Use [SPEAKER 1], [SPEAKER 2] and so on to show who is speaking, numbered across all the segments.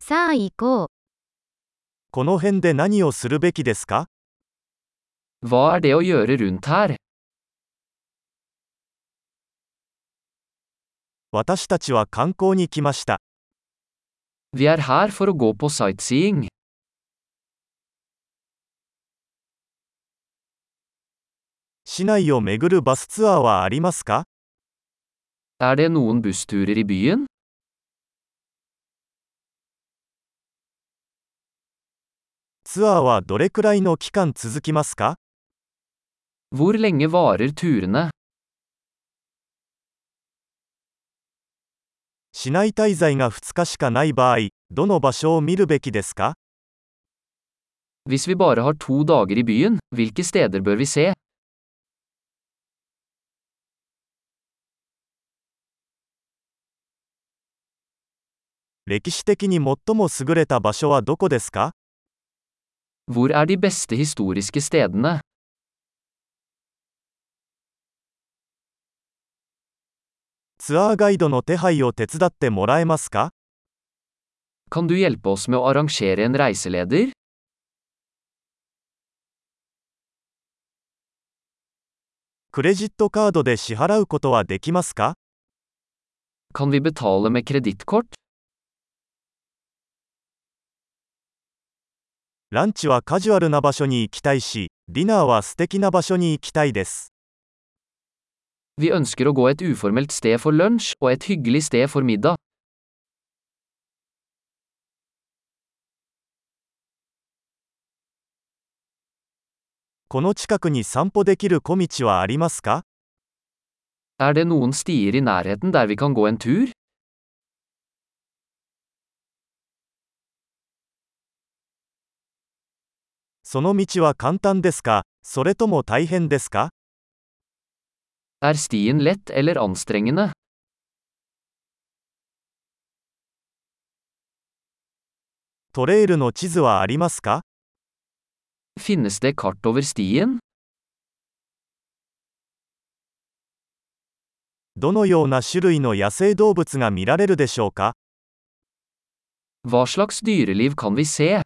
[SPEAKER 1] さあ行こう。
[SPEAKER 2] この辺で何をするべきですか
[SPEAKER 3] Hva er det å gjøre rundt her?
[SPEAKER 2] 私たちは観光に来ました。
[SPEAKER 3] Vi er her for å gå på sightseeing.
[SPEAKER 2] 市内を巡るバスツアーはありますか
[SPEAKER 3] Er det noen bussturer i byen?
[SPEAKER 2] ツアーはどれくらいの期間続きますか
[SPEAKER 3] Hvor lenge varer turene?
[SPEAKER 2] 市内滞在が2日しかない場合、どの場所を見るべきですか
[SPEAKER 3] Hvis vi bare har to dager i byen, hvilke steder bør vi se?
[SPEAKER 2] 歴史的に最も優れた場所はどこですか
[SPEAKER 3] Hvor er de beste historiske stedene?
[SPEAKER 2] ツアーガイドの手配を手伝ってもらえますか
[SPEAKER 3] Kan du hjelpe oss med å arrangere en reiseleder?
[SPEAKER 2] クレジットカードで支払うことはできますか
[SPEAKER 3] Kan vi betale med kredittkort?
[SPEAKER 2] ランチはカジュアルな場所に行きたいし、ディナーは素敵な場所に行きたいです。
[SPEAKER 3] Vi ønsker å gå et uformelt sted for lunsj og et hyggelig sted for middag.
[SPEAKER 2] この近くに散歩できる小道はありますか
[SPEAKER 3] Er det noen stier i nærheten der vi kan gå en tur?
[SPEAKER 2] その道は簡単ですかそれとも大変ですか
[SPEAKER 3] Er stien lett eller anstrengende?
[SPEAKER 2] トレイルの地図はありますか
[SPEAKER 3] Finnes det kart over stien?
[SPEAKER 2] どのような種類の野生動物が見られるでしょうか
[SPEAKER 3] Hva slags dyreliv kan vi se?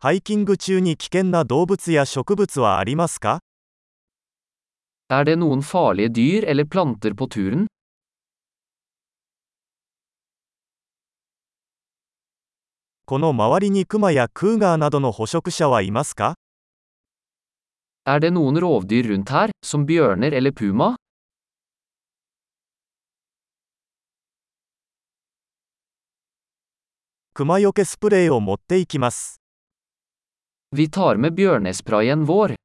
[SPEAKER 2] ハイキング中に危険な動物や植物はありますか
[SPEAKER 3] Er det noen farlige dyr eller planter på turen?
[SPEAKER 2] この周りにクマやクーガーなどの捕食者はいますか
[SPEAKER 3] Er det noen rovdyr rundt her, som bjørner eller puma?
[SPEAKER 2] クマよけスプレーを持っていきます。
[SPEAKER 3] Vi tar med bjørnesprayen vår.